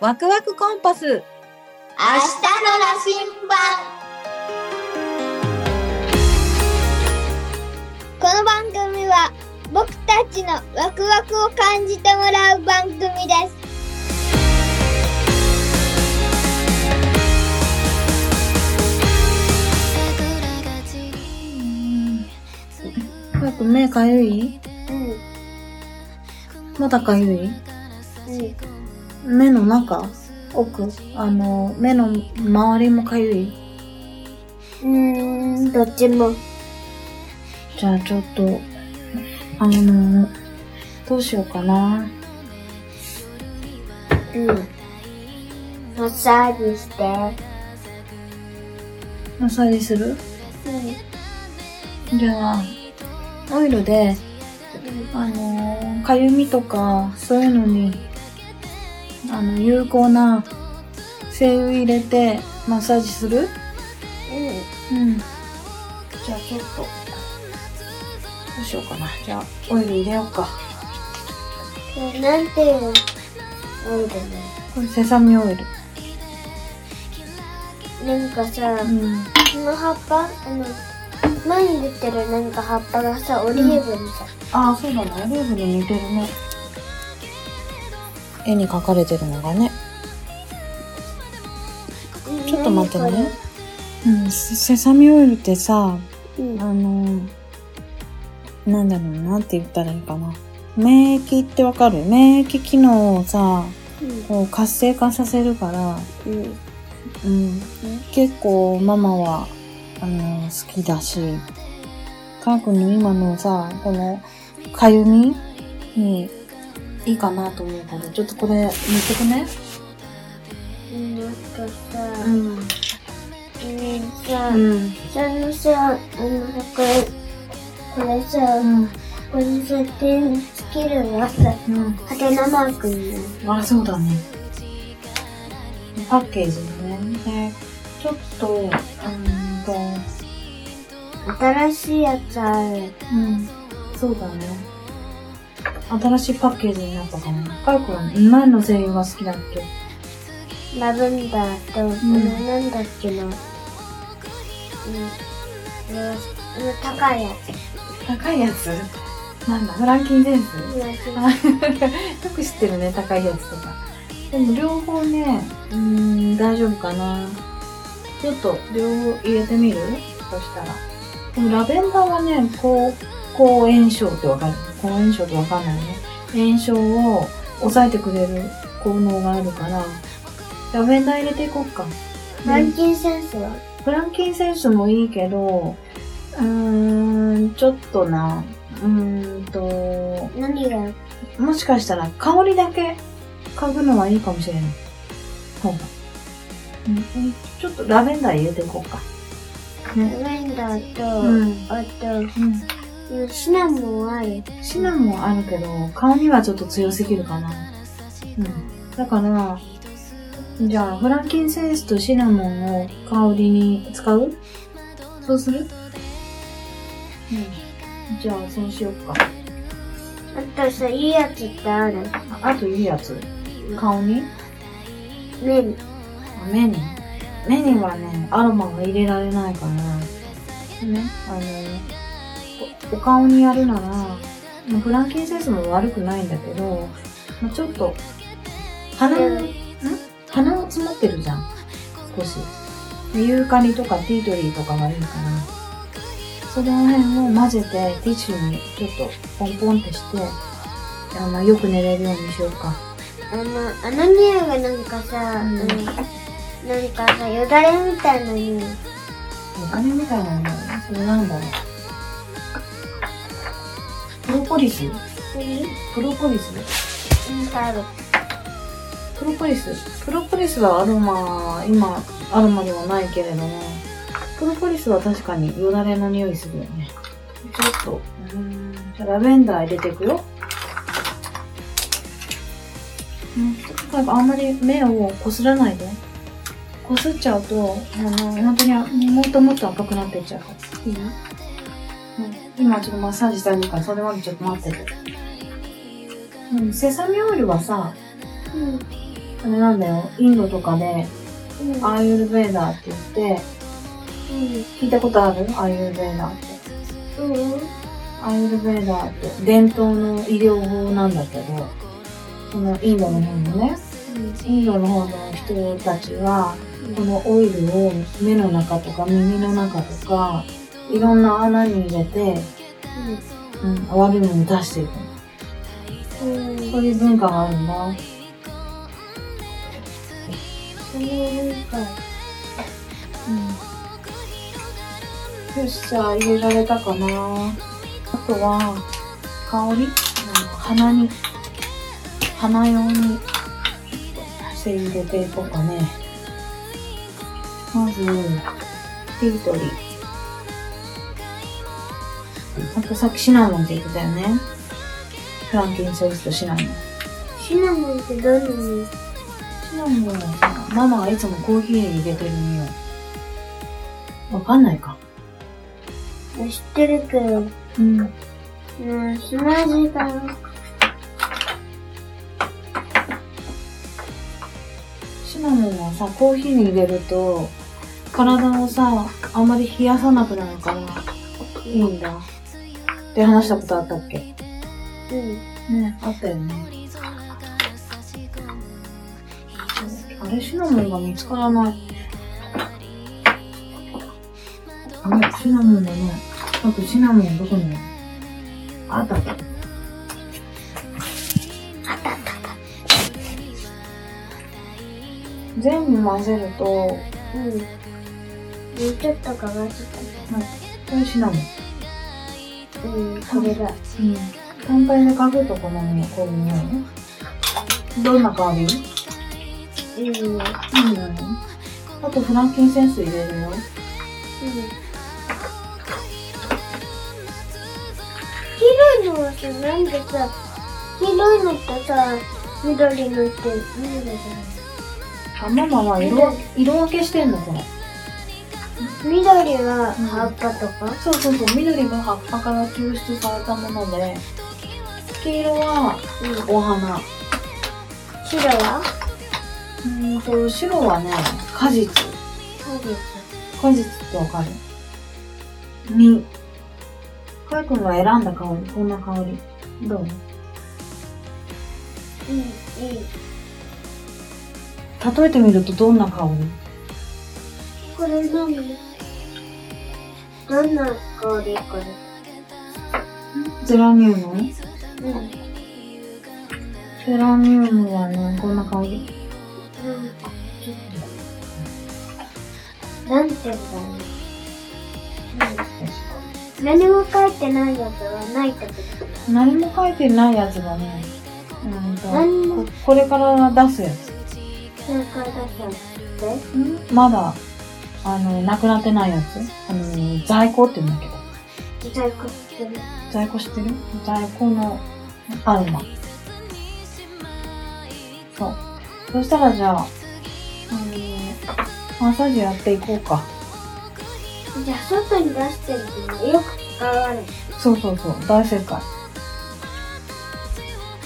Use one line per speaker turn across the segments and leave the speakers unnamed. ワクワクコンパス
明日の羅針盤この番組は僕たちのワクワクを感じてもらう番組です
早く目かゆい
うん
まだかゆい
うん
目の中奥あの、目の周りもかゆい
うんどっちも
じゃあちょっと、あの、どうしようかな。
うんマッサージして
マッサージする
う
じゃあ、オイルで、
ん
あの、かゆみとか、そういうのに、あの、有効な精油入れてマッサージする
うん
うん。じゃあちょっと、どうしようかな。じゃあ、オイル入れようか。
これなんていうのなんだろ
これセサミオイル。
うなんかさ
うん。
この葉っぱあの前に出てるなんか葉っぱがさオリーブにさ、
ああ、そうだね。オリーブに似てるね。絵に描かれてるのがね。ちょっと待ってね。うん、セセサミオイルってさ、
うん
あの、なんだろうな、なんて言ったらいいかな。免疫ってわかる免疫機能をさ、こう活性化させるから、
うん
うん、結構ママは、あの、好きだし、かーくんの今のさ、この、かゆみに、いいかなと思うから、ちょっとこれ、塗ってくね。
うんなんかさ、
ん。
ねえさ、
うん。
そのさあのこれこれさ、
うん。
これさ点つけるのさ
うん。
ハテナマークになる
あ、そうだね。パッケージのね。で、ちょっと、うーんと、
新しいやつある
うん。そうだね。新しいパッケージになったかな。かーくんは前の声優が好きだっけ
ラベンダーと、
ん
あのなんだっけなうんあの高いやつ
高いやつなんだフランキン・ゼンスあよく知ってるね高いやつとかでも両方ねうーん大丈夫かなちょっと両方入れてみるそしたらでもラベンダーはね抗抗炎症ってわかる抗炎症ってわかんないよね炎症を抑えてくれる効能があるからラベンダー入れていこうか
フランキンセンスは
フランキン選手もいいけど、うーん、ちょっとな、うーんと、
何が
もしかしたら香りだけ嗅ぐのはいいかもしれない。ほんうん、ちょっとラベンダー入れていこうか。
ラベンダーと、
うん。
あ
うん、
とシナモンある
シナモンあるけど、香りはちょっと強すぎるかな。うん。だから、じゃあ、フランキンセンスとシナモンを香りに使うそうするうん。じゃあ、そうしようか。
あとさいいやつってある
あといいやつ顔に
ねえ
目に目にはねアロマが入れられないからねあのおお顔にやるならまあフランキンセンスも悪くないんだけど、まあ、ちょっと鼻
う
に
ん
ん鼻が詰まってるじゃん少しでユーカリとかティートリーとかがいいかなその辺を混ぜてティッシュにちょっとポンポンってしてあのよく寝れるようにしようか
あの、あの匂いがなんかさ、
うん
うんなんかさ、よだれみたいな匂い。
お金みたいなのそれなんだろうプロポリス
次
プロポリス
うん、かある。
プロポリスプロポリスはアロマ今アロマではないけれどもプロポリスは確かによだれの匂いするよねちょっとうーんじゃあラベンダー入れていくようんとにかくあんまり目をこすらないでこすっちゃうとあの本当にもっともっと赤くなってっちゃうからいい今ちょっとマッサージしてあげるからそれまでちょっと待ってて、うん、セサミオイルはさ
うん。
ああれなんだよ、インドとかで、
うんうん
アーユルベーダーって言って、聞いたことあるアーユルベーダーって。
うん
アーユルベーダーって伝統の医療法なんだけど、そのインドの方のね、インドの方の人たちは、このオイルを目の中とか耳の中とか、いろんな穴に入れて、うん、悪いものを出していくの。
うんうん
そういう文化があるんだ。
その文化
よし、じゃあ入れられたかな。あとは、香り鼻に、鼻用に、して入れていこうかね。まず、テリトリー。あとさっきシナモンって言ってたよね。フランキンセンスとシナモン。
シナモンってどんなに
シナモンはさ、ママがいつもコーヒーに入れてる匂い。わかんないか。
知ってるけど、
うん。
うん、しまじかな。
シナモンはさ、コーヒーに入れると、体をさ、あんまり冷やさなくなるから、いいんだ。って話したことあったっけ
うん。
ね、あったよね。あれ、シナモンが見つからない。あれ、シナモンだね。あとシナモンどこにあるあったあった。全部混ぜると、
うん。もうちょっとかがって
これシナモン。
た。うん、これだ。
うん。単体でかけとこのね、こういうね。どんな香り
うん。うん。
いいよね。あとフランキンセンス入れるよ。
黄色いのはさ、なんでさ、黄色いのとさ、緑のって、緑じ
あ、ママは色分け色分けしてんのこれ。
ゃない緑は葉っぱとか、
そうそうそう、緑が葉っぱから抽出されたもので、黄色は
うん。
お花。
白は
うーんと、白はね、果実。
そうです。
果実ってわかる実。かいくんが選んだ香り、こんな香り。どう
うん、いい。
例えてみるとどんな香り
これ何どんな香りこ
ゼラニウム
れ。うん。
ゼラニウムはね、こんな香り。
なんかなんて言うんだろう。何も書いてないやつはないってこと
何も書いてないやつだね。うんと
何も
ここれから出すやつ。
正解だったって
まだ、あの、なくなってないやつ。あの、在庫って言うんだけど。
時代こってる。
在庫知ってる在庫のアロマ。そう。そしたらじゃあ、あの、マッサージやっていこうか。
じゃあ外に出してるのよく使われる。
そうそうそう、大正解。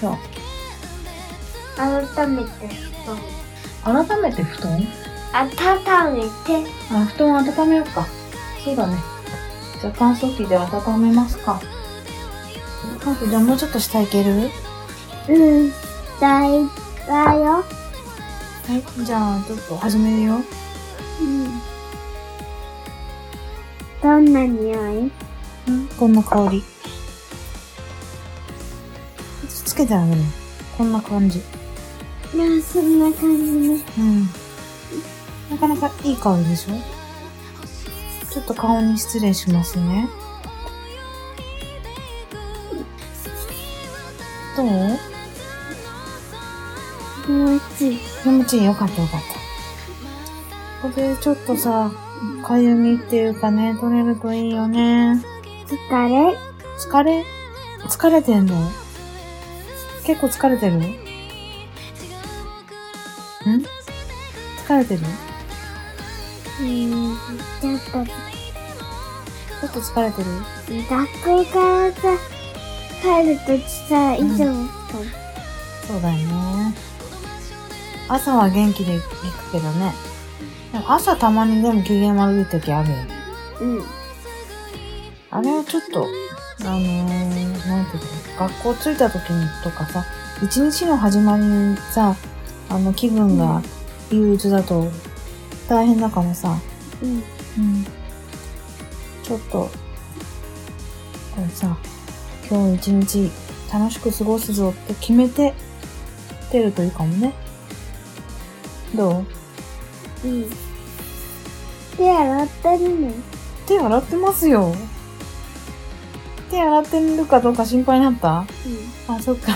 そう。
改めて
改めて布団
温めて
あ、布団温めようか。そうだね。じゃあ乾燥機で温めますか。乾燥機じゃあもうちょっと下いける
うん大だ
は
よ。
い、じゃあちょっと始めるよ。
うん。どんな匂い
こんな香り。つけてあげる。こんな感じ。
いやそんな感じね。
うん。なかなかいい香りでしょちょっと顔に失礼しますね。どう
気持ちいい。
気持ちいい。よかったよかった。ここでちょっとさ、かゆみっていうかね、取れるといいよね。
疲れ
疲れ、疲れてんの結構疲れてるん疲れてるち
うん、ちょっと、
ょっと疲れてる
学校からさ、帰るときさ、いつも
そうだよね。朝は元気で行くけどね。でも朝たまにでも機嫌悪い時あるよね。
うん。
あれはちょっと、あのー、なんていうの、学校着いた時にとかさ、一日の始まりにさ、あの、気分が憂鬱だと大変だからさ、
う
う
ん。
ん、ちょっと、これさ、今日一日楽しく過ごすぞって決めて出るといいかもね。どう
うん。手洗ったりね。
手洗ってますよ。手洗ってるかどうか心配になった
うん。
あ、そっか。